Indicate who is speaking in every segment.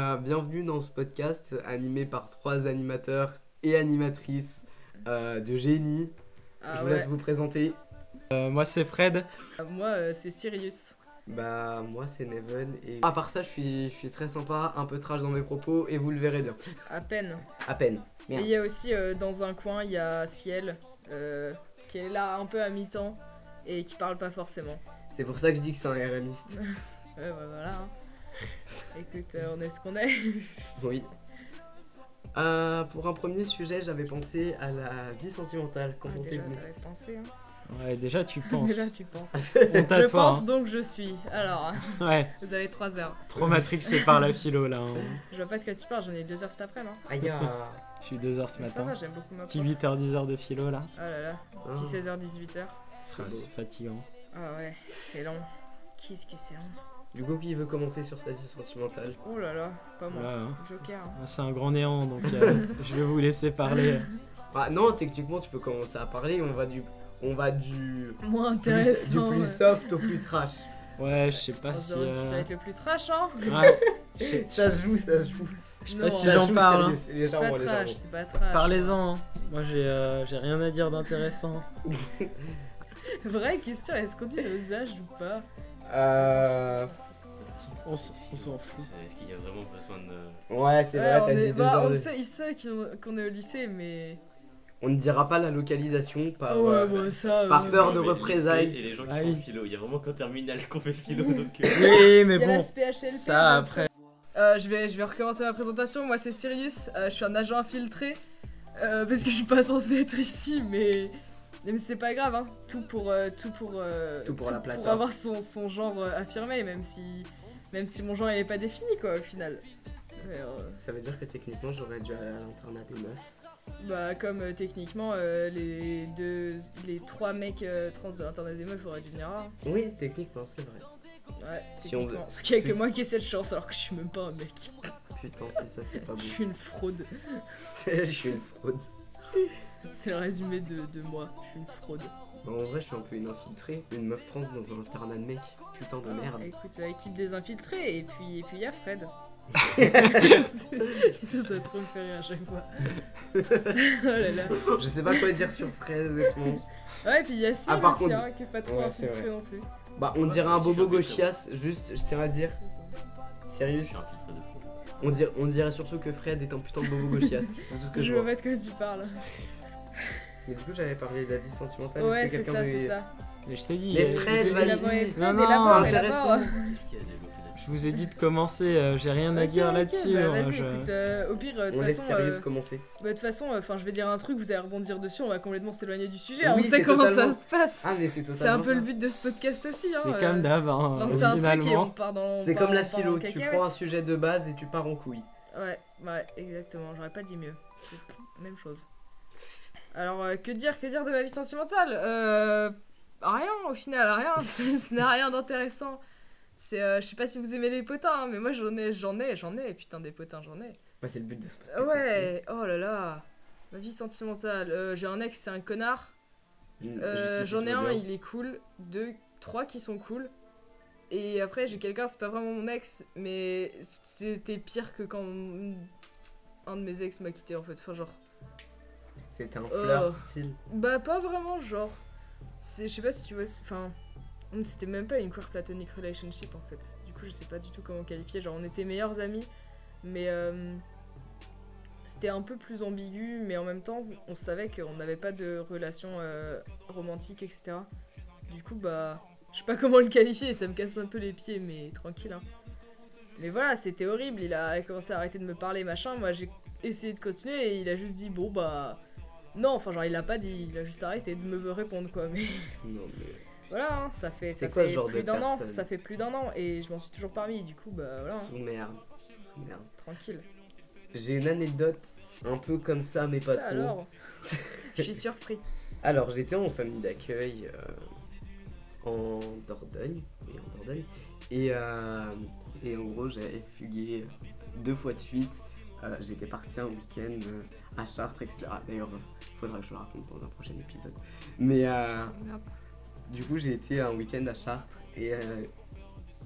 Speaker 1: Euh, bienvenue dans ce podcast animé par trois animateurs et animatrices euh, de génie. Je
Speaker 2: Ah
Speaker 1: vous
Speaker 2: ouais.
Speaker 1: laisse vous présenter.
Speaker 3: Euh, moi c'est Fred.
Speaker 2: Euh, Moi, euh, c'est Sirius.
Speaker 1: Bah moi c'est Neven et à part Ah, ça je suis, je suis très sympa, un peu trash dans mes propos et vous le verrez bien.
Speaker 2: À peine.
Speaker 1: À peine.
Speaker 2: Et
Speaker 1: Merde.
Speaker 2: il y a aussi euh, dans un coin, il y a Ciel euh, qui est là un peu à mi-temps et qui parle pas forcément.
Speaker 1: C'est pour ça que je dis que c'est un RMiste.
Speaker 2: Ouais, bah voilà. hein. Écoute, euh, on est ce qu'on est.
Speaker 1: Oui. Euh, pour un premier sujet j'avais pensé à la vie sentimentale. Qu'en
Speaker 2: Ah, déjà,
Speaker 1: pensez-vous
Speaker 2: t'avais pensé, hein.
Speaker 3: Ouais, déjà tu penses.
Speaker 2: Déjà, tu penses.
Speaker 3: On t'a
Speaker 2: Je
Speaker 3: toi.
Speaker 2: pense donc je suis. Alors,
Speaker 3: hein. Ouais,
Speaker 2: vous avez 3 heures.
Speaker 3: trop matrixé par la philo là. hein.
Speaker 2: Je vois pas de quoi tu parles, j'en ai 2 heures cet après-midi. hein.
Speaker 1: Aïe ah.
Speaker 3: Je suis 2h ce
Speaker 2: Ça va,
Speaker 3: matin.
Speaker 2: j'aime beaucoup ma
Speaker 3: Petit
Speaker 2: prof.
Speaker 3: 8h, 10h de philo là.
Speaker 2: Oh là là,
Speaker 1: Ah,
Speaker 2: petit 16h, 18h.
Speaker 1: c'est
Speaker 3: Ah,
Speaker 1: beau.
Speaker 3: c'est fatigant.
Speaker 2: Ah ouais, c'est long. Qu'est-ce que c'est long
Speaker 1: Du coup qui veut commencer sur sa vie sentimentale
Speaker 2: Oh là là, c'est pas moi.
Speaker 3: Voilà, hein.
Speaker 2: Joker. hein.
Speaker 3: Moi, C'est un grand néant donc euh, je vais vous laisser parler.
Speaker 1: Bah non techniquement tu peux commencer à parler, on va du... On va du...
Speaker 2: Moins
Speaker 1: plus-
Speaker 2: intéressant.
Speaker 1: du plus
Speaker 2: ouais.
Speaker 1: soft au plus trash.
Speaker 3: Ouais, je sais pas
Speaker 2: On
Speaker 3: si.
Speaker 2: se dirait que Bah, ça va
Speaker 3: euh,
Speaker 2: être le plus trash, hein
Speaker 3: ouais, je sais-
Speaker 1: Ça se joue, ça se joue.
Speaker 3: je sais
Speaker 2: Non.
Speaker 3: pas si
Speaker 1: Ça
Speaker 3: j'en
Speaker 1: joue,
Speaker 3: parle.
Speaker 1: sérieux,
Speaker 3: hein.
Speaker 1: c'est
Speaker 2: C'est pas
Speaker 1: légèrement,
Speaker 2: trash,
Speaker 1: légèrement.
Speaker 2: c'est pas trash.
Speaker 3: Parlez-en. hein. Moi j'ai euh, j'ai rien à dire d'intéressant.
Speaker 2: Vraie question, est-ce qu'on dit nos âges ou pas
Speaker 1: Euh...
Speaker 3: On s- on s'en fout.
Speaker 4: Est-ce qu'il y a vraiment besoin de.
Speaker 1: Ouais, c'est
Speaker 2: Ouais,
Speaker 1: vrai,
Speaker 2: on
Speaker 1: t'as
Speaker 2: est-
Speaker 1: dit deux
Speaker 2: bah,
Speaker 1: heures
Speaker 2: on
Speaker 1: de-
Speaker 2: sait, il sait qu'on qu'on est au lycée, mais.
Speaker 1: On ne dira pas la localisation par...
Speaker 2: ouais,
Speaker 1: euh,
Speaker 2: bah, ça.
Speaker 1: par
Speaker 2: euh,
Speaker 1: peur de
Speaker 4: Mais le lycée
Speaker 1: représailles.
Speaker 4: Et les gens qui
Speaker 3: Aïe.
Speaker 4: font philo. Il y a vraiment qu'en terminale qu'on fait philo. Donc, euh,
Speaker 3: Oui, mais
Speaker 2: Il y a
Speaker 3: bon,
Speaker 2: l'aspect HLP,
Speaker 3: ça
Speaker 2: donc.
Speaker 3: après.
Speaker 2: Euh, je, vais, je vais recommencer ma présentation. Moi, c'est Sirius. euh, je suis un agent infiltré. euh, parce que je suis pas censé être ici, mais. Mais c'est pas grave, hein. Tout pour. euh, tout pour. euh,
Speaker 1: Tout pour la plata.
Speaker 2: Pour avoir son, son genre euh, affirmé, même si. Même si mon genre il est pas défini, quoi, au final. Mais, euh,
Speaker 1: Ça veut dire que techniquement j'aurais dû aller à l'internat des meufs.
Speaker 2: Bah comme euh, techniquement euh, les deux, les trois mecs euh, trans de l'internat des meufs auraient dû venir là.
Speaker 1: Oui, techniquement, c'est vrai.
Speaker 2: Ouais.
Speaker 1: Si on veut.
Speaker 2: techniquement. Sauf qu'il y a que moi qui ai cette chance alors que je suis même pas un mec.
Speaker 1: Putain, si ça c'est pas
Speaker 2: Je
Speaker 1: bon.
Speaker 2: suis une fraude.
Speaker 1: je suis une fraude.
Speaker 2: C'est le résumé de, de moi. Je suis une fraude.
Speaker 1: Bah, en vrai, je suis un peu une infiltrée. Une meuf trans dans un internat de mecs. Putain de Ah, merde.
Speaker 2: Écoute, euh, équipe des infiltrés et puis et puis y a Fred. Putain, ça trop me fait rire à chaque fois. oh là là.
Speaker 1: je sais pas quoi dire sur Fred, honnêtement.
Speaker 2: Ouais, et puis Yacine
Speaker 1: Ah, par
Speaker 2: aussi,
Speaker 1: contre-
Speaker 2: hein, qui est pas trop
Speaker 1: Ouais, c'est
Speaker 2: infiltré
Speaker 1: vrai.
Speaker 2: non plus.
Speaker 1: Bah, on dirait un
Speaker 4: Si
Speaker 1: bobo
Speaker 4: j'avais été-
Speaker 1: gauchias, juste, je tiens à dire. Sérieux
Speaker 4: je suis un filtre de fond.
Speaker 1: on, dir- on dirait surtout que Fred est un putain de bobo gauchias.
Speaker 4: Surtout
Speaker 2: Je vois pas de quoi tu parles.
Speaker 1: Et du coup, j'avais parlé de la vie sentimentale. Est-ce
Speaker 2: Ouais,
Speaker 1: que
Speaker 2: c'est
Speaker 1: quelqu'un
Speaker 2: ça, c'est
Speaker 1: veut-
Speaker 2: ça.
Speaker 3: Mais je t'ai dit.
Speaker 1: Mais
Speaker 3: euh, je
Speaker 1: Fred,
Speaker 3: vous ai
Speaker 2: Des
Speaker 1: vas-y.
Speaker 3: dit-
Speaker 2: lapins et des
Speaker 3: Non,
Speaker 2: feuilles,
Speaker 3: non,
Speaker 2: des lapins et
Speaker 1: intéressant.
Speaker 2: lapins.
Speaker 4: Qu'est-ce qu'il y a développé là-dessus
Speaker 3: Je vous ai dit de commencer, euh, j'ai rien à
Speaker 2: hein. Ok,
Speaker 3: dire
Speaker 2: ok,
Speaker 3: là-dessus.
Speaker 2: bah,
Speaker 3: moi,
Speaker 2: vas-y,
Speaker 3: je-
Speaker 2: écoute, euh, au pire, euh, de
Speaker 1: On
Speaker 2: toute
Speaker 1: laisse
Speaker 2: façon,
Speaker 1: Sirius
Speaker 2: euh,
Speaker 1: commencer.
Speaker 2: bah, de toute façon, enfin, je vais dire un truc, vous allez rebondir dessus, on va complètement s'éloigner du sujet. hein,
Speaker 1: Oui,
Speaker 2: on sait
Speaker 1: c'est
Speaker 2: comment
Speaker 1: totalement-
Speaker 2: ça se passe.
Speaker 1: Ah, mais c'est totalement.
Speaker 2: c'est un peu
Speaker 1: ça.
Speaker 2: le but de ce podcast aussi. Hein,
Speaker 3: C'est
Speaker 2: euh,
Speaker 3: comme d'hab, hein,
Speaker 2: on sait un truc et on
Speaker 3: originalement.
Speaker 2: part dans.
Speaker 1: C'est
Speaker 2: on part-
Speaker 1: comme la
Speaker 2: on part en
Speaker 1: philo, tu
Speaker 2: cacahuète.
Speaker 1: prends un sujet de base et tu pars en couille.
Speaker 2: Ouais, ouais, exactement, j'aurais pas dit mieux. C'est même chose. Alors, euh, que dire, que dire de ma vie sentimentale Euh, Rien, au final, rien. Ce n'est rien d'intéressant. C'est, euh, je sais pas si vous aimez les potins, hein, mais moi j'en ai, j'en ai, j'en ai, putain des potins, j'en ai.
Speaker 1: Bah, c'est le but de ce podcast.
Speaker 2: Ouais, oh là là. Ma vie sentimentale. Euh, j'ai un ex, c'est un connard.
Speaker 1: aussi. Mm,
Speaker 2: Euh,
Speaker 1: je sais si
Speaker 2: J'en
Speaker 1: tu
Speaker 2: ai
Speaker 1: veux
Speaker 2: un,
Speaker 1: bien.
Speaker 2: il est cool. Deux, trois qui sont cool. Et après, j'ai quelqu'un, c'est pas vraiment mon ex, mais c'était pire que quand un de mes ex m'a quitté en fait. Enfin, genre.
Speaker 1: C'était un flirt
Speaker 2: Oh.
Speaker 1: style.
Speaker 2: Bah, pas vraiment, genre. C'est, je sais pas si tu vois. ce- Enfin. on- C'était même pas une queer platonic relationship en fait. Du coup, je sais pas du tout comment qualifier. Genre, on était meilleurs amis, mais. euh, c'était un peu plus ambigu, mais en même temps, on savait qu'on n'avait pas de relation euh, romantique, etc. Du coup, bah. Je sais pas comment le qualifier, ça me casse un peu les pieds, mais tranquille, hein. Mais voilà, c'était horrible. Il a commencé à arrêter de me parler, machin. Moi, j'ai essayé de continuer et il a juste dit, bon, bah. Non, enfin genre il l'a pas dit, il a juste arrêté de me répondre quoi. Mais
Speaker 1: Non, mais.
Speaker 2: voilà, hein, ça fait,
Speaker 1: C'est
Speaker 2: ça
Speaker 1: quoi ce
Speaker 2: fait
Speaker 1: genre de
Speaker 2: plus d'un an,
Speaker 1: personne
Speaker 2: ça fait plus d'un an et je m'en suis toujours parmi. Du coup bah voilà, hein,
Speaker 1: Sous merde. Sous merde.
Speaker 2: tranquille.
Speaker 1: J'ai une anecdote un peu comme ça, mais pas
Speaker 2: ça
Speaker 1: trop.
Speaker 2: alors, je suis surpris.
Speaker 1: Alors, j'étais en famille d'accueil euh, en Dordogne. Oui, en Dordogne. Et, euh, et en gros, j'avais fugué deux fois de suite. Euh, j'étais parti un week-end euh, à Chartres, etc. D'ailleurs, faudra que je le raconte dans un prochain épisode. Mais euh, du coup, j'ai été un week-end à Chartres et euh,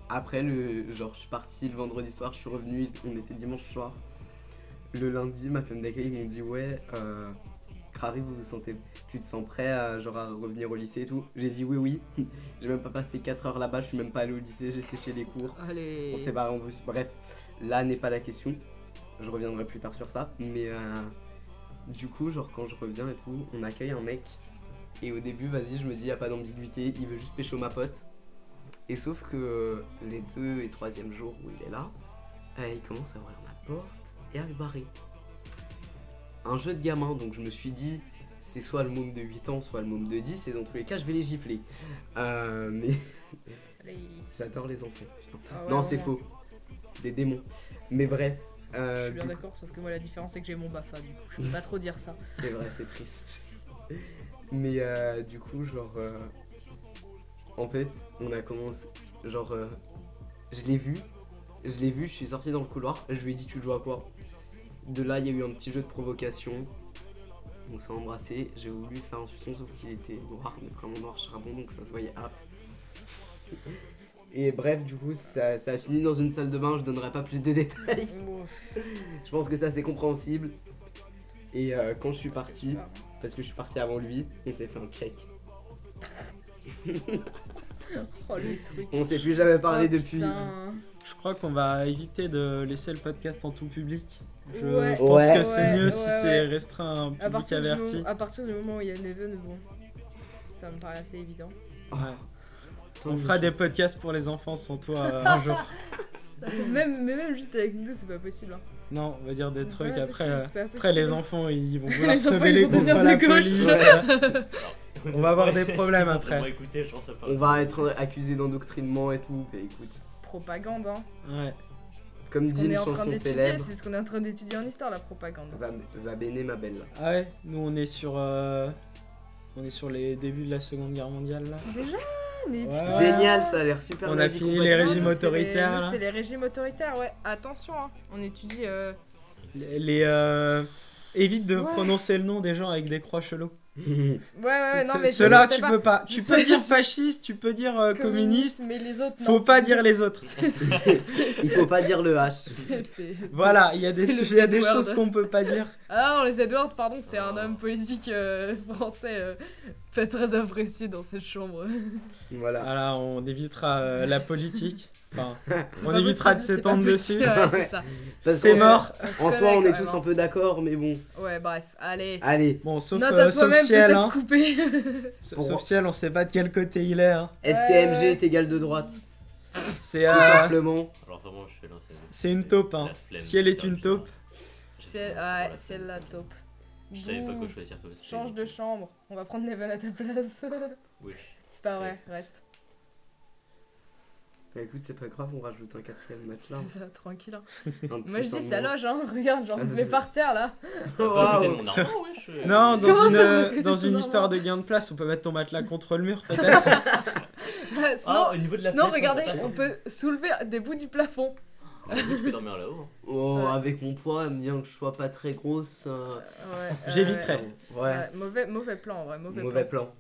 Speaker 1: après, le, genre, je suis parti le vendredi soir, je suis revenu, on était dimanche soir. Le lundi, ma femme d'accueil m'ont dit Ouais, euh, Crary, vous vous sentez, tu te sens prêt à, genre, à revenir au lycée et tout J'ai dit Oui, oui. j'ai même pas passé 4 heures là-bas, je suis même pas allé au lycée, j'ai séché les cours.
Speaker 2: Allez.
Speaker 1: On s'est barré en bus. Bref, là n'est pas la question. Je reviendrai plus tard sur ça. Mais euh, du coup, genre quand je reviens et tout, on accueille un mec. Et au début, vas-y, je me dis, y a pas d'ambiguïté, il veut juste pécho ma pote. Et sauf que euh, les deux et troisième jour où il est là, euh, il commence à ouvrir la porte et à se barrer. Un jeu de gamin, donc je me suis dit, c'est soit le môme de 8 ans, soit le môme de 10, et dans tous les cas, je vais les gifler. Euh, mais
Speaker 2: Allez.
Speaker 1: j'adore les enfants. putain.
Speaker 2: Ah ouais,
Speaker 1: Non, c'est
Speaker 2: vraiment.
Speaker 1: faux. Des démons. Mais bref.
Speaker 2: Je
Speaker 1: euh,
Speaker 2: suis bien
Speaker 1: du
Speaker 2: d'accord, sauf que moi la différence c'est que j'ai mon BAFA du coup. Je peux pas trop dire ça.
Speaker 1: coup, c'est vrai, c'est triste. Mais euh, du coup, genre. euh, en fait, on a commencé. Genre. euh, je l'ai vu. Je l'ai vu, je suis sorti dans le couloir. Je lui ai dit, tu joues à quoi De là, il y a eu un petit jeu de provocation. On s'est embrassé. J'ai voulu faire un suçon, sauf qu'il était noir, mais vraiment noir charbon, donc ça se voyait à Et bref, du coup, ça, ça a fini dans une salle de bain. Je donnerai pas plus de détails. Je pense que ça c'est compréhensible. Et euh, quand je suis parti, parce que je suis parti avant lui, on s'est fait un check.
Speaker 2: Oh le truc.
Speaker 1: On s'est plus jamais parlé
Speaker 2: Oh,
Speaker 1: depuis.
Speaker 2: putain.
Speaker 3: Je crois qu'on va éviter de laisser le podcast en tout public. Je
Speaker 2: Ouais.
Speaker 3: pense
Speaker 1: Ouais.
Speaker 3: que c'est
Speaker 2: Ouais,
Speaker 3: mieux
Speaker 2: ouais,
Speaker 3: si
Speaker 2: ouais.
Speaker 3: c'est restreint à un
Speaker 2: À
Speaker 3: public
Speaker 2: partir, du
Speaker 3: averti.
Speaker 2: moment, à partir du moment où Ah. il y a Neven, bon. Ça me paraît assez évident.
Speaker 1: Oh, tant
Speaker 3: On
Speaker 1: mieux,
Speaker 3: fera
Speaker 1: je
Speaker 3: des
Speaker 1: pense.
Speaker 3: podcasts pour les enfants sans toi euh, un jour.
Speaker 2: même, mais même juste avec nous, c'est pas possible. hein.
Speaker 3: Non, on va dire des
Speaker 2: C'est
Speaker 3: trucs
Speaker 2: pas
Speaker 3: après.
Speaker 2: possible,
Speaker 3: euh,
Speaker 2: c'est pas
Speaker 3: Après, les
Speaker 2: possible.
Speaker 3: enfants, ils vont vouloir
Speaker 2: Les
Speaker 3: se
Speaker 2: enfants, ils
Speaker 3: rebeller
Speaker 2: vont te
Speaker 3: contre
Speaker 2: dire de
Speaker 3: la
Speaker 2: gauche.
Speaker 3: police.
Speaker 1: Ouais.
Speaker 3: On va avoir des
Speaker 4: Est-ce qu'ils
Speaker 3: problèmes
Speaker 4: vont
Speaker 3: après.
Speaker 4: vraiment écouter, je pense pas.
Speaker 1: On va être accusé d'endoctrinement et tout. Bah écoute,
Speaker 2: Propagande, hein.
Speaker 3: Ouais.
Speaker 1: comme
Speaker 2: C'est ce
Speaker 1: dit
Speaker 2: qu'on
Speaker 1: une
Speaker 2: est en train
Speaker 1: chanson
Speaker 2: d'étudier,
Speaker 1: célèbre,
Speaker 2: c'est ce qu'on est en train d'étudier en histoire, la propagande.
Speaker 1: va, va béner ma belle. là.
Speaker 3: Ah ouais, nous on est sur. euh, On est sur les débuts de la Seconde Guerre mondiale là.
Speaker 2: Déjà Mais
Speaker 3: Ouais.
Speaker 2: putain.
Speaker 1: Génial, ça a l'air super.
Speaker 3: Ah. On a
Speaker 1: nazi
Speaker 3: fini
Speaker 1: compatible.
Speaker 3: les régimes
Speaker 2: Non, nous, c'est les-
Speaker 3: autoritaires,
Speaker 2: nous,
Speaker 3: là.
Speaker 2: C'est les régimes autoritaires, ouais. Attention, hein. on étudie. euh,
Speaker 3: Les. les, euh, Évite de
Speaker 2: Ouais.
Speaker 3: prononcer le nom des gens avec des croix chelous.
Speaker 2: Ouais, ouais, Ah ouais, non, mais je-
Speaker 3: Cela,
Speaker 2: je sais
Speaker 3: tu
Speaker 2: pas.
Speaker 3: peux pas. Tu
Speaker 2: Je
Speaker 3: peux
Speaker 2: sais
Speaker 3: dire fasciste, tu peux dire euh, communiste.
Speaker 2: mais les autres, non.
Speaker 3: Faut pas dire les autres.
Speaker 2: C'est- c'est-
Speaker 1: Il faut pas dire le H.
Speaker 2: c'est- c'est-
Speaker 3: Voilà, il y a des,
Speaker 2: C'est le
Speaker 3: il y a des
Speaker 2: Z-word.
Speaker 3: choses qu'on peut pas dire.
Speaker 2: Ah non, les Edward, pardon, c'est un
Speaker 4: Oh.
Speaker 2: homme politique euh, français euh, pas très apprécié dans cette chambre.
Speaker 1: Voilà.
Speaker 3: Voilà, on évitera euh, la politique. Enfin,
Speaker 2: C'est
Speaker 3: on
Speaker 2: pas possible,
Speaker 3: évitera de
Speaker 2: c'est
Speaker 3: s'étendre
Speaker 2: pas possible,
Speaker 3: dessus.
Speaker 2: Ouais,
Speaker 1: Ouais.
Speaker 2: c'est ça.
Speaker 1: Parce
Speaker 3: C'est
Speaker 1: qu'en-
Speaker 3: mort.
Speaker 2: se
Speaker 1: En soi,
Speaker 2: connaît
Speaker 1: on
Speaker 2: quand
Speaker 1: est
Speaker 2: même,
Speaker 1: tous
Speaker 2: hein.
Speaker 1: un peu d'accord, mais bon.
Speaker 2: Ouais, bref, allez.
Speaker 1: Allez,
Speaker 3: Bon, sauf,
Speaker 2: Note
Speaker 3: euh,
Speaker 2: à
Speaker 3: sauf
Speaker 2: toi-même,
Speaker 3: ciel.
Speaker 2: peut-être
Speaker 3: Hein.
Speaker 2: coupé.
Speaker 3: Sa-
Speaker 1: Pour-
Speaker 3: Sauf ciel, on sait pas de quel côté il est. hein.
Speaker 1: STMG
Speaker 2: ouais.
Speaker 1: est égal de droite.
Speaker 3: C'est
Speaker 1: Tout
Speaker 3: euh,
Speaker 1: simplement.
Speaker 4: Alors vraiment, je fais lancer.
Speaker 3: c'est une taupe. Hein.
Speaker 4: La flemme,
Speaker 3: Si elle est
Speaker 4: putain,
Speaker 3: une
Speaker 4: je-
Speaker 3: taupe.
Speaker 2: Ciel,
Speaker 4: Voilà,
Speaker 2: ouais, ciel la taupe.
Speaker 4: Je savais pas
Speaker 2: Bouh.
Speaker 4: quoi choisir comme esprit.
Speaker 2: Change de chambre, on va prendre Neven à ta place.
Speaker 4: Oui.
Speaker 2: c'est pas vrai, reste.
Speaker 1: Bah écoute, c'est pas grave, on rajoute un quatrième matelas.
Speaker 2: C'est ça, tranquille. hein.
Speaker 1: Un
Speaker 2: Moi je
Speaker 1: plus, un
Speaker 2: dis ça
Speaker 1: moins.
Speaker 2: loge, hein. Regarde, genre,
Speaker 1: Ah,
Speaker 2: me
Speaker 1: c'est-
Speaker 2: mets par terre là.
Speaker 1: Oh,
Speaker 4: T'as pas à côté de mon arbre, wesh.
Speaker 3: Non, dans
Speaker 2: Comment
Speaker 3: une,
Speaker 2: ça va
Speaker 3: euh, dans
Speaker 2: C'est
Speaker 3: une
Speaker 2: normal.
Speaker 3: histoire de gain de place, on peut mettre ton matelas contre le mur, peut-être.
Speaker 2: Sinon,
Speaker 4: Ah, au niveau de la
Speaker 2: sinon
Speaker 4: fenêtre, ça
Speaker 2: regardez,
Speaker 4: passe.
Speaker 2: on peut soulever des bouts du plafond.
Speaker 4: Ah, mais Tu peux dormir là-haut. hein.
Speaker 1: Oh,
Speaker 2: Ouais.
Speaker 1: avec mon poids, elle me dit que je sois pas très grosse. euh,
Speaker 2: Ouais,
Speaker 3: J'éviterai.
Speaker 2: ouais,
Speaker 3: Très.
Speaker 1: Ouais,
Speaker 2: ouais, mauvais, mauvais plan en vrai, mauvais,
Speaker 1: mauvais
Speaker 2: plan.
Speaker 1: plan.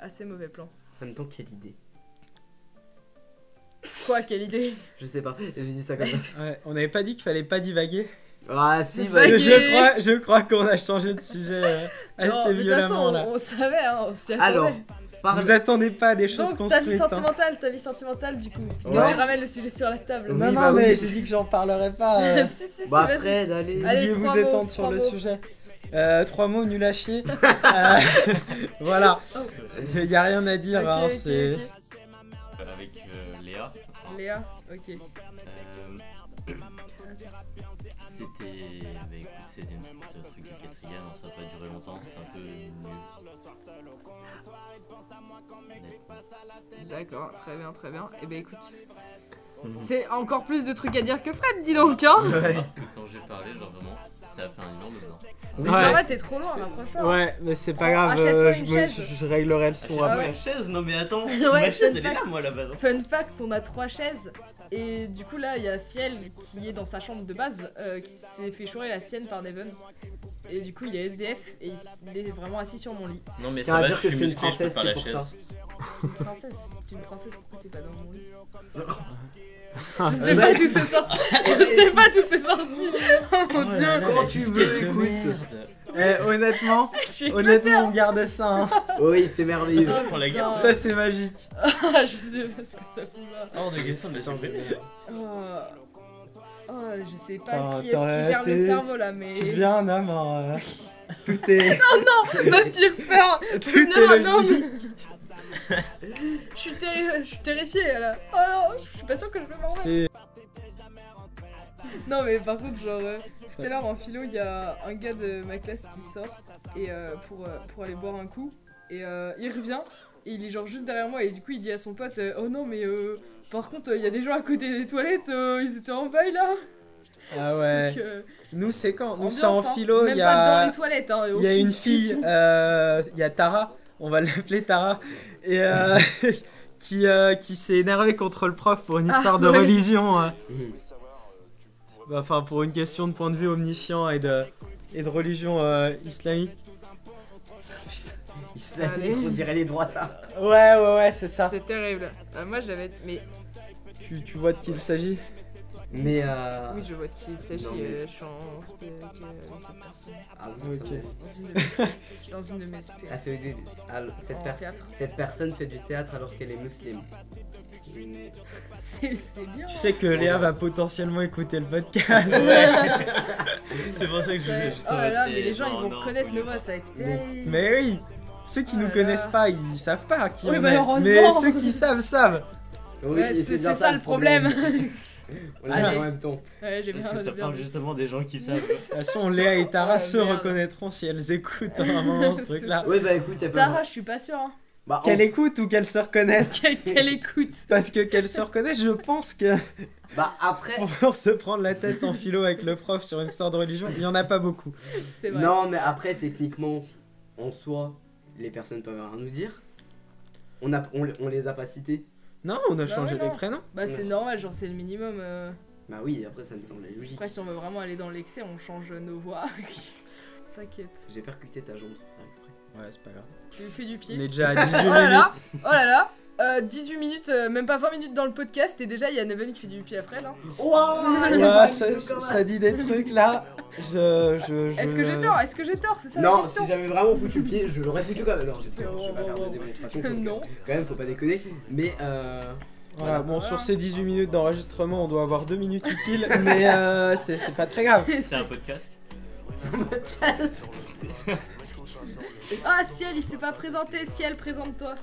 Speaker 2: Assez mauvais plan.
Speaker 1: En même temps, quelle idée.
Speaker 2: Quoi, quelle idée
Speaker 1: Je sais pas, j'ai dit ça comme ça.
Speaker 3: Ouais, on n'avait pas dit qu'il fallait pas divaguer.
Speaker 1: Ah si, bah,
Speaker 2: C'est
Speaker 3: Parce que
Speaker 2: Divaguer.
Speaker 3: je crois, je crois qu'on a changé de sujet euh,
Speaker 2: Non,
Speaker 3: assez
Speaker 2: mais de toute façon,
Speaker 3: violemment
Speaker 2: on,
Speaker 3: là.
Speaker 2: on savait, hein, on s'y attendait.
Speaker 1: Alors, parle.
Speaker 3: Vous attendez pas à des choses
Speaker 2: Donc, ta vie
Speaker 3: construites. hein.
Speaker 2: sentimentale, ta vie sentimentale du coup. Parce que
Speaker 1: Ouais.
Speaker 2: tu ramènes le sujet sur la table.
Speaker 1: Oui,
Speaker 3: Non,
Speaker 1: bah
Speaker 3: non,
Speaker 1: oui.
Speaker 3: mais j'ai dit que j'en parlerai pas. euh.
Speaker 2: si, si, si,
Speaker 1: Bah
Speaker 2: vas-y.
Speaker 1: Fred, allez.
Speaker 2: Allez,
Speaker 3: Vous
Speaker 2: trois
Speaker 3: vous
Speaker 2: mots,
Speaker 3: étendre sur
Speaker 2: trois
Speaker 3: le
Speaker 2: mots.
Speaker 3: sujet. Euh, trois mots, nul à chier. Euh, voilà, il n'y a rien à dire.
Speaker 2: Ok,
Speaker 3: hein,
Speaker 2: ok,
Speaker 3: c'est-
Speaker 2: ok.
Speaker 4: Avec euh, Léa.
Speaker 2: Léa, ok.
Speaker 4: Euh, C'était. Bah écoute, c'était une petite euh, truc du quatrième, ça n'a pas duré longtemps, c'était un peu nul.
Speaker 2: D'accord, très bien, très bien. Et ben écoute,
Speaker 3: Mmh.
Speaker 2: c'est encore plus de trucs à dire que Fred, dis donc, hein
Speaker 1: Ouais.
Speaker 4: Alors que quand j'ai parlé, genre vraiment, ça a fait un énorme hein. Ah, blanc.
Speaker 2: Mais
Speaker 3: Ouais.
Speaker 2: c'est normal, t'es trop loin, rapproche-toi.
Speaker 3: Ouais, mais c'est pas
Speaker 2: Oh,
Speaker 3: grave,
Speaker 2: achète-toi
Speaker 3: euh,
Speaker 2: une
Speaker 3: je, me-
Speaker 2: chaise.
Speaker 3: je- je réglerai le son
Speaker 4: Ah,
Speaker 2: ouais.
Speaker 3: après.
Speaker 4: ma chaise, non mais attends,
Speaker 2: Ouais,
Speaker 4: ma chaise
Speaker 2: fun
Speaker 4: elle est là
Speaker 2: fact.
Speaker 4: moi là-bas. non
Speaker 2: Fun fact, on a trois chaises et du coup là il y a Ciel qui est dans sa chambre de base euh, qui s'est fait chourer la sienne par Neven et du coup il est SDF et il s- il est vraiment assis sur mon lit.
Speaker 4: Non mais
Speaker 1: tiens
Speaker 4: ça
Speaker 1: à
Speaker 4: va,
Speaker 1: dire
Speaker 4: je
Speaker 1: que
Speaker 4: suis
Speaker 1: je suis une
Speaker 4: musclé,
Speaker 1: princesse,
Speaker 4: je peux faire
Speaker 1: c'est
Speaker 4: la
Speaker 1: pour
Speaker 4: chaise.
Speaker 2: C'est une princesse. C'est une princesse, pourquoi t'es pas dans mon lit
Speaker 3: Ah,
Speaker 2: Je sais pas d'où c'est sorti. Je sais pas d'où c'est sorti. Oh
Speaker 3: Oh
Speaker 2: mon
Speaker 3: là
Speaker 2: dieu.
Speaker 3: là,
Speaker 1: quand
Speaker 3: la
Speaker 1: tu
Speaker 3: disquette
Speaker 1: veux,
Speaker 3: de
Speaker 1: écoute.
Speaker 3: merde. Eh, honnêtement,
Speaker 2: Je suis éclatée.
Speaker 3: honnêtement, on garde ça. hein.
Speaker 1: Oui, c'est merveilleux.
Speaker 4: Pour la guerre.
Speaker 3: Ça, c'est magique.
Speaker 2: Ah, je sais pas ce que ça fait là.
Speaker 4: Hors de question de la supprimer.
Speaker 2: Oh, oh, je sais pas
Speaker 3: T'as-
Speaker 2: qui est-ce qui gère
Speaker 3: t'aurais
Speaker 2: le
Speaker 3: été-
Speaker 2: cerveau là, mais.
Speaker 3: Tu deviens un homme. hein, euh, Tout est.
Speaker 2: Ma pire peur
Speaker 3: Tout est
Speaker 2: Non, non,
Speaker 3: logique.
Speaker 2: Je suis, terri- je suis terrifiée là. Oh non, je suis pas sûre que je vais m'en
Speaker 3: C'est.
Speaker 2: Non, mais par contre, genre, euh, tout à l'heure en philo, il y a un gars de ma classe qui sort et, euh, pour, euh, pour aller boire un coup. Et euh, il revient et il est genre juste derrière moi. Et du coup, il dit à son pote euh, Oh non, mais euh, par contre, euh, il y a des gens à côté des toilettes, euh, ils étaient en bail là.
Speaker 3: Ah ouais.
Speaker 2: Donc, euh,
Speaker 3: Nous, c'est quand Nous,
Speaker 2: ambiance,
Speaker 3: c'est en
Speaker 2: hein.
Speaker 3: philo.
Speaker 2: Même
Speaker 3: Il y
Speaker 2: pas dans
Speaker 3: a,
Speaker 2: les toilettes. hein,
Speaker 3: il y a
Speaker 2: aucune
Speaker 3: une fille.
Speaker 2: discussion.
Speaker 3: euh, Il y a Tara. On va l'appeler Tara. Et. euh, Qui, euh, qui s'est énervée contre le prof pour une
Speaker 2: Ah,
Speaker 3: histoire de
Speaker 2: ouais.
Speaker 3: religion. hein.
Speaker 1: Mhm.
Speaker 3: Bah, Enfin, pour une question de point de vue omniscient et de, et de religion euh, islamique.
Speaker 1: Islamique, on dirait les droits tard.
Speaker 3: Ouais, ouais, ouais, c'est ça.
Speaker 2: C'est terrible. Euh, moi, j'avais. Mais
Speaker 3: Tu, tu vois de qui il s'agit
Speaker 1: Mais euh...
Speaker 2: oui, je vois de qui il s'agit.
Speaker 1: Non, mais-
Speaker 2: euh, Je suis en spé avec euh, cette personne.
Speaker 1: ah, oui,
Speaker 3: Ok.
Speaker 2: Dans une de mes spé- Dans une de mes spé-
Speaker 1: elle fait des- ah, cette,
Speaker 2: En
Speaker 1: pers-
Speaker 2: théâtre.
Speaker 1: cette personne fait du théâtre alors qu'elle est musulmane.
Speaker 2: C'est c'est bien. hein.
Speaker 3: Tu sais que Léa va potentiellement écouter le podcast.
Speaker 4: C'est pour ça que je voulais
Speaker 2: Ouais.
Speaker 4: juste
Speaker 2: Oh
Speaker 4: en
Speaker 2: là
Speaker 4: mode
Speaker 2: là,
Speaker 4: des-
Speaker 2: mais les gens
Speaker 4: non,
Speaker 2: ils vont
Speaker 4: non,
Speaker 2: reconnaître
Speaker 4: oui,
Speaker 2: nos
Speaker 4: non.
Speaker 2: voix, ça va être terrible.
Speaker 3: Mais oui Ceux qui
Speaker 2: Oh
Speaker 3: nous
Speaker 2: là
Speaker 3: connaissent
Speaker 2: là.
Speaker 3: pas, ils savent pas qui
Speaker 2: Oui,
Speaker 3: on
Speaker 2: bah,
Speaker 3: est.
Speaker 2: heureusement.
Speaker 3: Mais ceux qui savent, savent
Speaker 1: Oui,
Speaker 2: Ouais,
Speaker 1: et
Speaker 2: c'est
Speaker 1: bien
Speaker 2: c'est ça le problème.
Speaker 1: On l'a dit
Speaker 2: Allez.
Speaker 1: en même temps.
Speaker 2: Ouais, j'ai
Speaker 4: Parce
Speaker 2: bien. hein.
Speaker 4: que
Speaker 2: j'ai
Speaker 4: ça
Speaker 2: bien
Speaker 4: parle
Speaker 2: vu.
Speaker 4: justement des gens qui savent.
Speaker 3: De toute façon, Léa et Tara
Speaker 2: Oh,
Speaker 3: se
Speaker 2: merde.
Speaker 3: reconnaîtront si elles écoutent hein, à un moment ce
Speaker 2: C'est
Speaker 3: truc-là.
Speaker 1: Oui, bah écoute, elle peut.
Speaker 2: Tara, je suis pas sûre. hein.
Speaker 1: Bah, en-
Speaker 3: Qu'elles écoutent ou qu'elles se reconnaissent
Speaker 2: Qu'elle qu'elle écoute.
Speaker 3: Parce que qu'elles se reconnaissent, je pense que
Speaker 2: Eh.
Speaker 1: bah après.
Speaker 3: pour se prendre la tête en philo avec le prof sur une histoire de religion, il y en a pas beaucoup.
Speaker 2: C'est vrai.
Speaker 1: Non, mais après, techniquement, en soi, les personnes peuvent rien nous dire. On, a, on, on les a pas cités.
Speaker 3: Non, on a
Speaker 2: Bah
Speaker 3: changé
Speaker 2: ouais, non.
Speaker 3: les prénoms.
Speaker 2: Bah, c'est normal, genre, c'est le minimum. euh.
Speaker 1: Bah oui, après, ça me semblait logique.
Speaker 2: Après, si on veut vraiment aller dans l'excès, on change nos voix. T'inquiète.
Speaker 1: J'ai percuté ta jambe sans faire exprès.
Speaker 3: Ouais, c'est pas grave.
Speaker 2: Tu me fais du
Speaker 3: On
Speaker 2: pied.
Speaker 3: est déjà à 18
Speaker 2: Oh là là,
Speaker 3: minutes.
Speaker 2: oh là là, euh, 18 minutes, euh, même pas 20 minutes dans le podcast et déjà il y a Neven qui fait du pied après là.
Speaker 1: Ouah, il a
Speaker 3: Ouah,
Speaker 1: pas eu
Speaker 3: ça,
Speaker 1: de
Speaker 3: ça-
Speaker 1: commas.
Speaker 3: ça dit des trucs là. Je, je, je-
Speaker 2: Est-ce que j'ai tort Est-ce que j'ai tort C'est ça la
Speaker 1: Non,
Speaker 2: question
Speaker 1: si j'avais vraiment foutu le pied, je l'aurais foutu quand même. Non, j'ai tort, je vais pas faire de démonstration. faut-
Speaker 2: Non.
Speaker 1: Quand même, faut pas déconner. Mais euh.
Speaker 3: Voilà, bon,
Speaker 2: Voilà.
Speaker 3: sur ces 18 minutes d'enregistrement, on doit avoir 2 minutes utiles, mais euh, c'est c'est pas très grave.
Speaker 4: C'est un podcast.
Speaker 2: Ah Ciel, il s'est pas présenté, Ciel, présente-toi.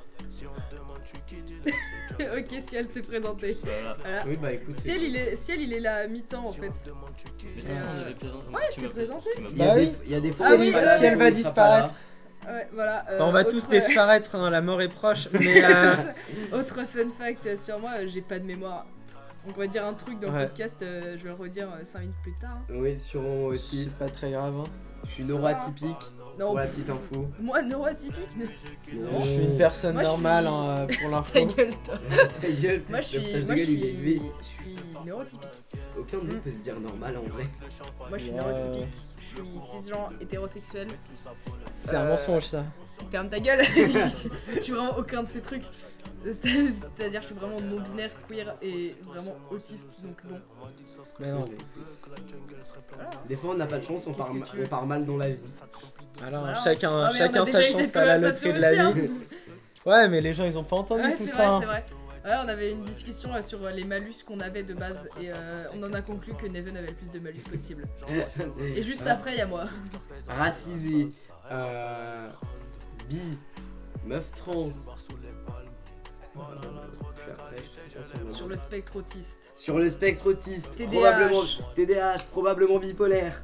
Speaker 2: ok, Ciel s'est présenté.
Speaker 4: Voilà.
Speaker 2: Voilà.
Speaker 1: Oui, bah écoute. c'est-
Speaker 2: Ciel, il est, Ciel, il est là à mi-temps en fait.
Speaker 4: Mais c'est bon,
Speaker 2: Euh,
Speaker 4: je vais te présenter.
Speaker 2: ouais, je
Speaker 4: Tu
Speaker 2: t'ai
Speaker 4: m'as-
Speaker 2: présenté.
Speaker 4: tu m'as-
Speaker 1: Il y a
Speaker 3: Bah
Speaker 1: des-
Speaker 3: oui.
Speaker 1: il y a des fois.
Speaker 2: Si
Speaker 1: on
Speaker 2: elle-
Speaker 1: est pas
Speaker 2: si
Speaker 1: là,
Speaker 2: elle
Speaker 1: on sera
Speaker 3: va
Speaker 1: pas là.
Speaker 3: disparaître.
Speaker 2: Ouais, voilà. euh,
Speaker 3: Enfin, on va
Speaker 2: autre-
Speaker 3: tous disparaître, hein, la mort est proche, mais euh,
Speaker 2: Autre fun fact sur moi, euh, j'ai pas de mémoire. Donc on va dire un truc dans
Speaker 3: Ouais.
Speaker 2: le podcast, euh, je vais le redire 5 minutes plus tard. hein.
Speaker 1: Oui, sur moi aussi.
Speaker 3: c'est pas très grave. hein.
Speaker 1: Je suis neuroatypique.
Speaker 2: Non,
Speaker 1: Pour la petite info.
Speaker 2: moi neuroatypique, ne-
Speaker 3: Je suis une personne
Speaker 2: Moi, je
Speaker 3: normale
Speaker 2: suis-
Speaker 3: hein, pour
Speaker 2: ta
Speaker 3: l'info.
Speaker 2: gueule toi.
Speaker 1: Ta gueule.
Speaker 2: Moi je suis,
Speaker 1: Le foutage de
Speaker 2: moi, je
Speaker 1: gueule,
Speaker 2: suis,
Speaker 1: il est élevé.
Speaker 2: je suis neurotypique.
Speaker 1: Aucun de nous
Speaker 2: Mm.
Speaker 1: peut se dire normal en vrai.
Speaker 2: Moi je suis
Speaker 3: Ouais.
Speaker 2: neurotypique. Je suis cisgenre, hétérosexuel.
Speaker 3: C'est un
Speaker 2: Euh,
Speaker 3: mensonge ça.
Speaker 2: Ferme ta gueule. je suis vraiment aucun de ces trucs. C'est-à-dire je suis vraiment non binaire, queer et vraiment autiste. Donc bon. Ah,
Speaker 3: Mais non.
Speaker 2: Voilà.
Speaker 1: Des fois, on n'a pas de chance, on
Speaker 2: Qu'est-ce
Speaker 1: part,
Speaker 2: que
Speaker 1: ma-
Speaker 2: tu veux
Speaker 1: on part mal dans la vie.
Speaker 3: Alors,
Speaker 2: Voilà.
Speaker 3: chacun,
Speaker 2: Ah, mais on
Speaker 3: chacun
Speaker 2: a
Speaker 3: sa
Speaker 2: déjà eu cette
Speaker 3: chance à la
Speaker 2: conversation
Speaker 3: loterie de
Speaker 2: aussi.
Speaker 3: la vie.
Speaker 2: hein.
Speaker 3: Ouais, mais les gens ils ont pas entendu
Speaker 2: Ouais,
Speaker 3: tout
Speaker 2: c'est
Speaker 3: ça.
Speaker 2: vrai,
Speaker 3: hein.
Speaker 2: c'est vrai. Ouais, on avait une discussion euh, sur euh, les malus qu'on avait de base et euh, on en a conclu que Neven avait le plus de malus possible. Et juste
Speaker 1: Euh,
Speaker 2: après, il y a moi.
Speaker 1: Racisé. Euh, bi. Meuf trans.
Speaker 2: Sur le spectre autiste.
Speaker 1: Sur le spectre autiste,
Speaker 2: TDAH.
Speaker 1: probablement TDAH, probablement bipolaire,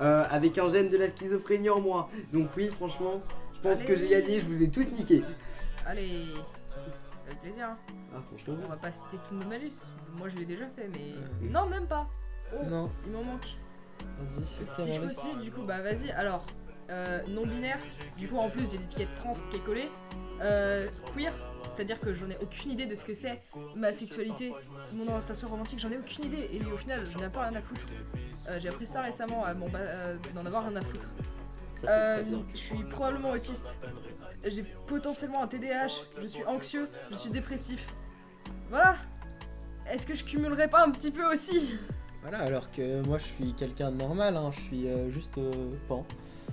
Speaker 1: euh, avec un gène de la schizophrénie en moi. Donc oui, franchement, je pense que j'ai gagné, je vous ai toutes niqué.
Speaker 2: Allez, avec plaisir. hein.
Speaker 1: Ah franchement,
Speaker 2: On va pas citer tous nos malus. Moi, je l'ai déjà fait, mais
Speaker 1: Ouais.
Speaker 2: non, même pas.
Speaker 3: Non,
Speaker 2: Il m'en manque.
Speaker 3: vas-y, c'est
Speaker 2: Si je
Speaker 3: vrai.
Speaker 2: postule, du coup, bah vas-y. Alors, euh, non binaire. Du coup, en plus, j'ai l'étiquette trans qui est collée. Euh, queer, c'est-à-dire que j'en ai aucune idée de ce que c'est ma sexualité, mon orientation romantique, j'en ai aucune idée. Et au final, je n'ai pas rien à foutre. Euh, j'ai appris ça récemment, à mon ba- euh, d'en avoir rien à foutre.
Speaker 1: ça c'est
Speaker 2: Euh,
Speaker 1: très bien.
Speaker 2: je suis probablement autiste. j'ai potentiellement un TDAH, je suis anxieux, je suis dépressif. Voilà. Est-ce que je cumulerais pas un petit peu aussi
Speaker 3: Voilà, alors que moi je suis quelqu'un de normal, hein, je suis euh, juste euh, pan.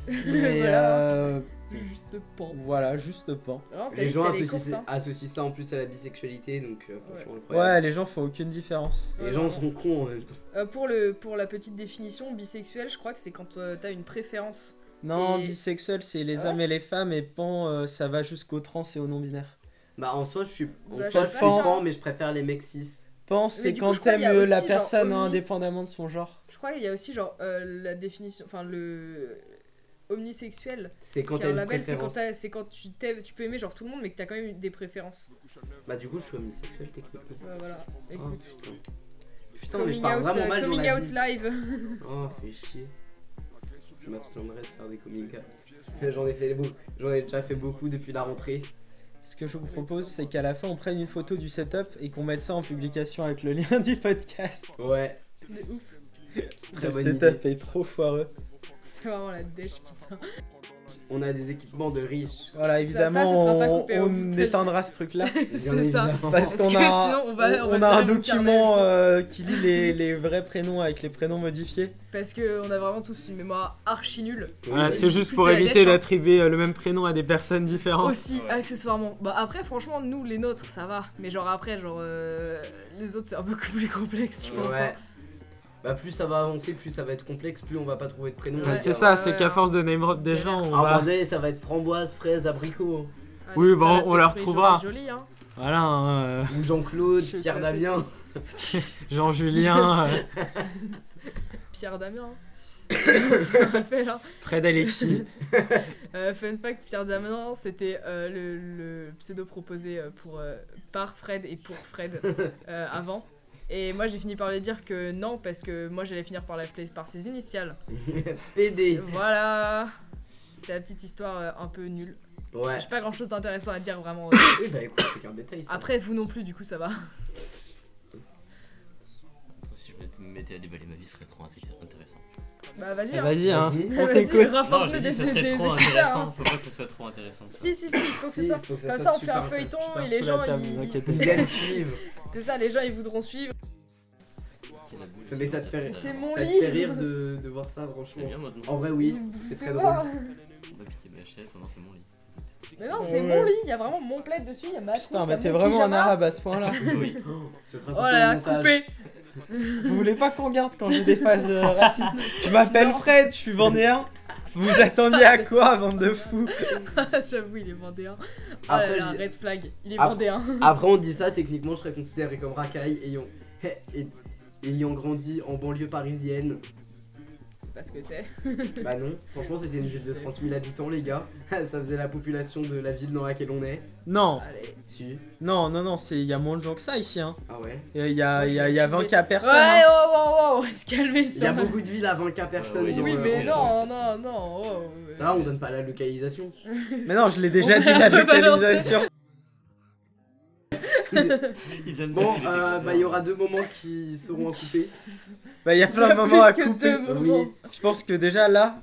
Speaker 3: Mais
Speaker 2: Voilà.
Speaker 3: euh,
Speaker 2: Juste pan.
Speaker 3: voilà, juste pan.
Speaker 2: Non, t'as
Speaker 1: Les gens
Speaker 2: listé les
Speaker 1: associent,
Speaker 2: courtes, hein.
Speaker 1: associent ça en plus à la bisexualité, donc euh, franchement,
Speaker 3: Ouais,
Speaker 1: incroyable.
Speaker 3: les gens font aucune différence.
Speaker 1: les gens sont cons en même temps.
Speaker 2: Euh, pour, le, pour la petite définition, bisexuel, je crois que c'est quand euh, t'as une préférence.
Speaker 3: Non,
Speaker 2: Et-
Speaker 3: bisexuel c'est les
Speaker 2: Ah ouais
Speaker 3: hommes et les femmes et pan euh, ça va jusqu'aux trans et aux non-binaires.
Speaker 1: Bah, en soi, je suis, en
Speaker 2: Bah, je
Speaker 1: soi, je
Speaker 2: sais pas,
Speaker 1: suis
Speaker 3: genre-
Speaker 1: pan, mais je préfère les mecs cis.
Speaker 3: Pan
Speaker 2: Mais
Speaker 3: c'est
Speaker 2: du coup,
Speaker 3: quand
Speaker 2: je crois qu'il
Speaker 3: t'aimes
Speaker 2: y a
Speaker 3: euh, la
Speaker 2: aussi, genre,
Speaker 3: personne hein,
Speaker 2: omni-
Speaker 3: indépendamment de son genre.
Speaker 2: Je crois qu'il y a aussi genre euh, la définition, enfin le omnisexuel.
Speaker 1: C'est quand
Speaker 2: qui a
Speaker 1: t'as
Speaker 2: un
Speaker 1: une
Speaker 2: label, c'est quand,
Speaker 1: préférence.
Speaker 2: t'as- c'est quand tu, t'aimes- tu peux aimer genre tout le monde, mais que t'as quand même des préférences.
Speaker 1: Bah, du coup, je suis homosexuel techniquement.
Speaker 2: Euh, voilà.
Speaker 1: Oh,
Speaker 2: Écoute.
Speaker 1: putain. Putain, mais je
Speaker 2: Coming
Speaker 1: parle
Speaker 2: out,
Speaker 1: vraiment
Speaker 2: euh,
Speaker 1: mal dans
Speaker 2: coming
Speaker 1: la
Speaker 2: out
Speaker 1: vie.
Speaker 2: live.
Speaker 1: Oh, fais chier. Je m'abstiendrai de faire des coming out. J'en ai fait beaucoup. J'en ai déjà fait beaucoup depuis la rentrée.
Speaker 3: Ce que je vous propose c'est qu'à la fin on prenne une photo du setup et qu'on mette ça en publication avec le lien du podcast.
Speaker 1: Ouais,
Speaker 2: De ouf.
Speaker 1: très
Speaker 3: le
Speaker 1: bonne idée.
Speaker 3: setup est trop foireux.
Speaker 2: C'est vraiment la dèche, putain.
Speaker 1: On a des équipements de riches.
Speaker 3: Voilà, évidemment,
Speaker 2: ça sera pas
Speaker 3: on-
Speaker 2: coupé au
Speaker 3: on,
Speaker 2: bout.
Speaker 3: éteindra ce truc-là.
Speaker 1: Bien
Speaker 2: C'est ça.
Speaker 1: évidemment.
Speaker 2: Parce
Speaker 3: Parce qu'on
Speaker 2: que
Speaker 3: a,
Speaker 2: sinon, on va-
Speaker 3: on-
Speaker 2: on va
Speaker 3: on a un
Speaker 2: faire une
Speaker 3: document
Speaker 2: carnesse.
Speaker 3: euh, qui lit les, les vrais prénoms avec les prénoms modifiés.
Speaker 2: Parce qu'on a vraiment tous une mémoire archi nulle.
Speaker 1: Oui,
Speaker 3: Voilà,
Speaker 1: oui.
Speaker 3: c'est juste
Speaker 2: coup,
Speaker 3: pour
Speaker 2: c'est la
Speaker 3: éviter
Speaker 2: dèche, hein.
Speaker 3: d'attribuer euh, le même prénom à des personnes
Speaker 1: Oh.
Speaker 3: différentes.
Speaker 2: Aussi, accessoirement. Bah après, franchement, nous, les nôtres, ça va. Mais genre après, genre euh, les autres, c'est un peu plus complexe, je pense.
Speaker 1: Ouais.
Speaker 2: hein.
Speaker 1: Bah plus ça va avancer, plus ça va être complexe, plus on va pas trouver de prénom.
Speaker 3: Bah,
Speaker 2: Ouais.
Speaker 3: c'est ça,
Speaker 2: Ouais,
Speaker 3: c'est
Speaker 2: ouais,
Speaker 3: qu'à
Speaker 2: hein.
Speaker 3: force de name drop des
Speaker 2: Galère.
Speaker 3: gens, on
Speaker 1: Ah,
Speaker 3: va.
Speaker 1: bordel, ça va être framboise, fraise, abricot. hein.
Speaker 2: Ah,
Speaker 3: Oui,
Speaker 2: ça
Speaker 3: bon,
Speaker 2: va
Speaker 3: on
Speaker 2: te
Speaker 3: la
Speaker 2: faire
Speaker 3: retrouvera.
Speaker 2: Joli, joli, hein.
Speaker 3: Voilà, hein, euh,
Speaker 1: Ou Jean-Claude,
Speaker 2: Je
Speaker 1: Pierre
Speaker 2: sais pas.
Speaker 1: Damien.
Speaker 3: Jean-Julien, euh,
Speaker 2: Pierre Damien. hein. ça m'appelle, hein.
Speaker 3: Fred Alexis.
Speaker 2: Euh, fun fact, Pierre Damien, c'était euh, le, le pseudo proposé euh, pour, euh, par Fred et pour Fred euh, avant. Et moi j'ai fini par lui dire que non, parce que moi j'allais finir par l'appeler par ses initiales. Et
Speaker 1: PD.
Speaker 2: voilà C'était la petite histoire euh, un peu nulle.
Speaker 1: Ouais.
Speaker 2: J'ai pas grand chose d'intéressant à dire vraiment.
Speaker 1: Oui, bah écoute, c'est qu'un détail
Speaker 3: Ah,
Speaker 1: ça.
Speaker 2: Après, vous non plus, du coup ça va.
Speaker 4: Attends, Si je m'étais- me mettais à déballer ma vie, ce serait trop intéressant. Non,
Speaker 2: Bah vas-y, hein.
Speaker 3: Vas-y, hein.
Speaker 1: Vas-y.
Speaker 3: on
Speaker 2: Vas-y,
Speaker 3: t'écoute.
Speaker 2: rapporte-nous
Speaker 4: j'ai
Speaker 2: des
Speaker 4: dit ça serait
Speaker 2: des-
Speaker 4: trop
Speaker 2: des- hein.
Speaker 4: intéressant. Faut pas que ce soit trop intéressant.
Speaker 2: Si, si, si, il faut que ce
Speaker 1: Si,
Speaker 2: soit.
Speaker 1: faut que ça
Speaker 2: Comme
Speaker 1: soit
Speaker 2: ça, on fait
Speaker 1: super
Speaker 2: un feuilleton et
Speaker 1: intéressant.
Speaker 2: les
Speaker 3: Sous la
Speaker 2: gens,
Speaker 3: table, vous
Speaker 2: ils...
Speaker 3: inquiétez
Speaker 1: Vous allez suivre.
Speaker 2: c'est ça, les gens, ils voudront suivre.
Speaker 1: Ça- mais ça te fait rire.
Speaker 2: C'est mon
Speaker 1: Ça te fait
Speaker 2: livre.
Speaker 1: rire de, de voir ça,
Speaker 4: C'est
Speaker 1: franchement.
Speaker 4: bien maintenant.
Speaker 1: En vrai, oui,
Speaker 2: Mm.
Speaker 1: c'est très drôle.
Speaker 4: On va piquer ma chaise, maintenant c'est mon lit.
Speaker 2: Ah. Mais non, c'est
Speaker 3: Ouais.
Speaker 2: mon lit, il y a vraiment mon plaid dessus, il y a ma
Speaker 3: Putain,
Speaker 2: couche,
Speaker 3: mais
Speaker 2: il y a
Speaker 3: t'es
Speaker 2: mon
Speaker 3: vraiment un
Speaker 2: pyjama.
Speaker 3: arabe à ce point-là.
Speaker 4: Oui.
Speaker 1: Ce
Speaker 2: Oh
Speaker 1: sera
Speaker 2: là là,
Speaker 1: surtout le montage.
Speaker 2: coupé
Speaker 3: Vous voulez pas qu'on garde quand j'ai des phases euh, racistes Je m'appelle
Speaker 2: Non.
Speaker 3: Fred, je suis vendéen. Vous vous attendiez à quoi, bande de fous
Speaker 2: J'avoue, il est vendéen. Ah
Speaker 1: Après,
Speaker 2: là là,
Speaker 1: j'y-
Speaker 2: red flag, il est
Speaker 1: Après-
Speaker 2: vendéen.
Speaker 1: Après, on dit ça, techniquement, je serais considéré comme racaille ayant, et- ayant grandi en banlieue parisienne.
Speaker 2: C'est pas ce que t'es.
Speaker 1: Bah non, franchement, c'était une ville de 30 000 habitants, les gars. Ça faisait la population de la ville dans laquelle on est.
Speaker 3: Non,
Speaker 1: Allez, si.
Speaker 3: non, non, non, il y a moins de gens que ça ici. Hein.
Speaker 1: Ah ouais.
Speaker 3: Il y a, y a, y a 20K personnes.
Speaker 2: Ouais,
Speaker 3: hein.
Speaker 2: oh, oh, oh, on va se calmer
Speaker 1: Ah, Il y a
Speaker 2: sur
Speaker 1: beaucoup de villes à 20K personnes.
Speaker 4: Ouais, ouais,
Speaker 1: dans,
Speaker 2: Oui,
Speaker 1: euh,
Speaker 2: mais
Speaker 1: en France.
Speaker 2: non,
Speaker 4: France.
Speaker 2: non, non, oh, euh,
Speaker 1: Ça va, on donne pas la localisation.
Speaker 3: hein. Mais non, je l'ai déjà
Speaker 2: On
Speaker 3: dit,
Speaker 2: va
Speaker 3: la
Speaker 2: rebalancer.
Speaker 3: localisation.
Speaker 4: Il vient de
Speaker 1: Bon,
Speaker 4: dire qu'il
Speaker 1: euh,
Speaker 4: était
Speaker 1: bah, il y aura deux moments qui seront à couper.
Speaker 3: Bah, il y a
Speaker 2: Il y
Speaker 3: plein
Speaker 2: a
Speaker 3: de moments à
Speaker 2: plus que
Speaker 3: couper.
Speaker 2: deux
Speaker 1: Oui.
Speaker 2: moments.
Speaker 3: Je pense que déjà là,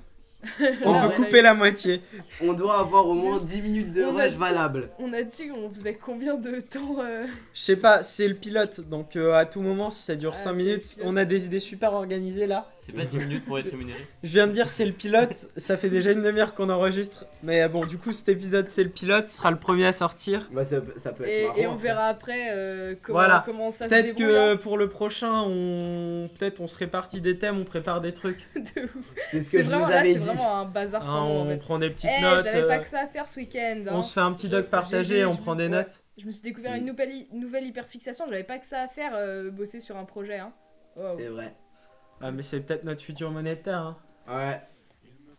Speaker 3: on
Speaker 1: Ah
Speaker 3: peut
Speaker 1: ouais.
Speaker 3: couper la moitié.
Speaker 1: On doit avoir au moins 10 minutes de
Speaker 2: On a
Speaker 1: rush
Speaker 2: dit-
Speaker 1: valable.
Speaker 2: On a dit qu'on faisait combien de temps euh,
Speaker 3: Je sais pas, c'est le pilote, donc euh, à tout moment, si ça dure
Speaker 2: Ah,
Speaker 3: 5
Speaker 2: c'est
Speaker 3: minutes,
Speaker 2: le pilote.
Speaker 3: on a des idées super organisées là.
Speaker 4: C'est pas 10 minutes pour être rémunéré.
Speaker 3: Je viens de dire c'est le pilote, ça fait déjà une demi-heure qu'on enregistre. Mais euh, bon, du coup, cet épisode c'est le pilote, sera le premier à sortir.
Speaker 1: Bah, ça, ça peut être
Speaker 2: et,
Speaker 1: marrant.
Speaker 2: et on verra après euh, comment,
Speaker 3: Voilà.
Speaker 2: comment ça se
Speaker 3: Peut-être
Speaker 2: débrouille. hein.
Speaker 3: que pour le prochain, on peut-être on se répartit des thèmes, on prépare des trucs.
Speaker 2: hein, de ouf.
Speaker 1: C'est ce que je
Speaker 2: C'est
Speaker 1: vous
Speaker 2: vraiment, là, c'est
Speaker 1: avais dit.
Speaker 2: vraiment un bazar
Speaker 3: Hein,
Speaker 2: sans nom, Ah, en
Speaker 3: on
Speaker 2: fait.
Speaker 3: prend des petites
Speaker 2: Eh,
Speaker 3: notes,
Speaker 2: j'avais pas
Speaker 3: euh,
Speaker 2: que ça à faire ce week-end. hein.
Speaker 3: on se fait un petit
Speaker 2: Je-
Speaker 3: doc partagé,
Speaker 2: je-
Speaker 3: on
Speaker 2: je-
Speaker 3: prend des
Speaker 2: ouais.
Speaker 3: notes.
Speaker 2: Je me suis découvert
Speaker 1: Mm.
Speaker 2: une nouvelle, nouvelle hyperfixation, j'avais pas que ça à faire, euh, bosser sur un projet. Hein. Wow.
Speaker 1: C'est vrai.
Speaker 3: Ah, mais c'est peut-être notre futur monétaire. hein.
Speaker 1: Ouais.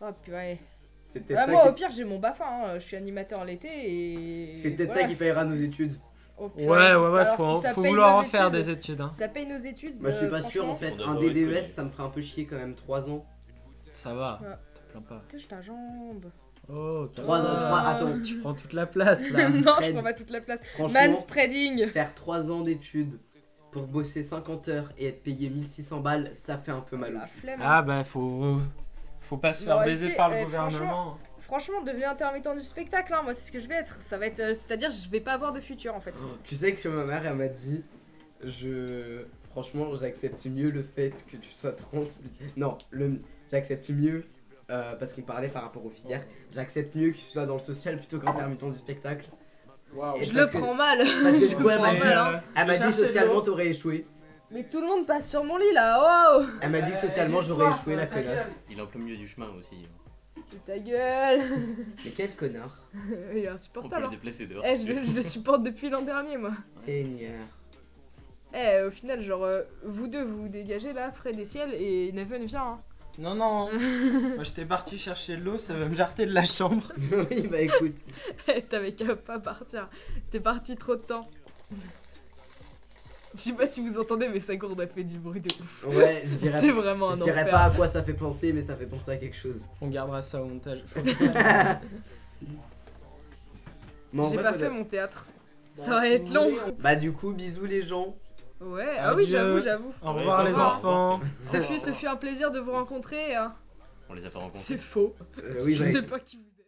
Speaker 2: Oh, purée.
Speaker 1: C'est peut-être
Speaker 2: Ah,
Speaker 1: ça
Speaker 2: moi,
Speaker 1: qui-
Speaker 2: au pire, j'ai mon BAFA, hein, je suis animateur l'été et.
Speaker 1: C'est peut-être
Speaker 2: voilà,
Speaker 1: ça qui payera nos études.
Speaker 2: Oh,
Speaker 3: Ouais,
Speaker 2: purée.
Speaker 3: ouais, ouais,
Speaker 2: Alors,
Speaker 3: faut,
Speaker 2: si ça
Speaker 3: faut
Speaker 2: paye
Speaker 3: vouloir
Speaker 2: nos
Speaker 3: en faire
Speaker 2: études-
Speaker 3: des études. hein.
Speaker 2: Ça paye nos études.
Speaker 1: Bah, je suis
Speaker 2: euh,
Speaker 1: pas sûr en
Speaker 2: franchement.
Speaker 1: fait.
Speaker 4: On
Speaker 1: Un
Speaker 4: devrait
Speaker 1: DDES,
Speaker 4: connaître.
Speaker 1: ça me ferait un peu chier quand même. 3 ans.
Speaker 3: Ça va,
Speaker 2: Ouais.
Speaker 3: te plains pas.
Speaker 2: Putain, j'ai la jambe.
Speaker 3: Oh,
Speaker 1: 3 ans, 3.
Speaker 2: Ah.
Speaker 1: Attends,
Speaker 3: Tu prends toute la place là.
Speaker 2: non, je
Speaker 1: Fred.
Speaker 2: prends pas toute la place. Man
Speaker 1: franchement,
Speaker 2: spreading
Speaker 1: faire 3 ans d'études pour bosser 50 heures et être payé 1600 balles, ça fait un peu mal au
Speaker 2: La
Speaker 1: cul.
Speaker 2: flemme.
Speaker 3: Ah, bah, faut, faut pas se
Speaker 2: Non,
Speaker 3: faire
Speaker 2: tu
Speaker 3: baiser
Speaker 2: sais,
Speaker 3: par le
Speaker 2: eh,
Speaker 3: gouvernement.
Speaker 2: franchement, Franchement, devenez intermittent du spectacle, hein, moi c'est ce que je vais être. Ça va être, euh, c'est-à-dire, je vais pas avoir de futur en fait.
Speaker 1: Tu sais que ma mère, elle m'a dit, je, franchement, j'accepte mieux le fait que tu sois trans. Non, le, j'accepte mieux euh, parce qu'on parlait par rapport aux filières. J'accepte mieux que tu sois dans le social plutôt qu'intermittent du spectacle.
Speaker 5: Waouh.
Speaker 1: Et
Speaker 2: Je le
Speaker 1: parce que-
Speaker 2: prends mal.
Speaker 1: Parce que du
Speaker 2: Je
Speaker 1: coup, elle
Speaker 2: comprends
Speaker 1: m'a
Speaker 2: pas, hein.
Speaker 1: dit,
Speaker 3: euh,
Speaker 2: là.
Speaker 1: elle m'a dit
Speaker 5: Cherchez le
Speaker 1: socialement
Speaker 5: mot.
Speaker 1: t'aurais échoué.
Speaker 2: Mais tout le monde passe sur mon lit là, oh
Speaker 1: Elle m'a dit que socialement
Speaker 5: Euh, j'ai
Speaker 1: j'aurais
Speaker 5: soif,
Speaker 1: échoué la
Speaker 5: euh, ta
Speaker 1: connasse.
Speaker 5: gueule.
Speaker 4: Il est en plein milieu du chemin aussi.
Speaker 2: Fais Ta gueule
Speaker 1: Mais quel connard.
Speaker 2: Il est
Speaker 4: On peut
Speaker 2: insupportable.
Speaker 4: le
Speaker 2: hein.
Speaker 4: déplacer dehors.
Speaker 2: Eh,
Speaker 4: si
Speaker 2: je,
Speaker 4: tu veux.
Speaker 2: le- je le supporte depuis l'an dernier moi.
Speaker 1: Seigneur.
Speaker 2: Eh, au final, genre, euh, vous deux vous vous dégagez là, Fred et Ciel, et Neven vient. Hein.
Speaker 3: Non, non. Moi, j'étais parti chercher de l'eau, ça va me jarter de la chambre.
Speaker 1: oui, bah écoute.
Speaker 2: Eh, T'avais qu'à pas partir. T'es parti trop de temps. Je sais pas si vous entendez, mais sa gourde a fait du bruit de ouf.
Speaker 1: Ouais, je dirais,
Speaker 2: C'est vraiment un
Speaker 1: je dirais
Speaker 2: enfer.
Speaker 1: pas à quoi ça fait penser, mais ça fait penser à quelque chose.
Speaker 3: On gardera ça au montage.
Speaker 1: Mais en
Speaker 2: J'ai
Speaker 1: vrai,
Speaker 2: pas
Speaker 1: faudrait-
Speaker 2: fait mon théâtre. Ça va être long.
Speaker 1: Bah du coup, bisous les gens.
Speaker 2: Ouais, ah oui,
Speaker 3: Adieu.
Speaker 2: j'avoue, j'avoue.
Speaker 3: Au
Speaker 4: Ouais,
Speaker 3: revoir,
Speaker 4: au
Speaker 3: les
Speaker 2: revoir.
Speaker 3: enfants.
Speaker 2: Ce fut, ce fut un plaisir de vous rencontrer. hein.
Speaker 4: On les a pas rencontrés.
Speaker 2: C'est faux.
Speaker 1: Euh, oui,
Speaker 2: Je
Speaker 1: bah,
Speaker 2: sais pas qui vous êtes.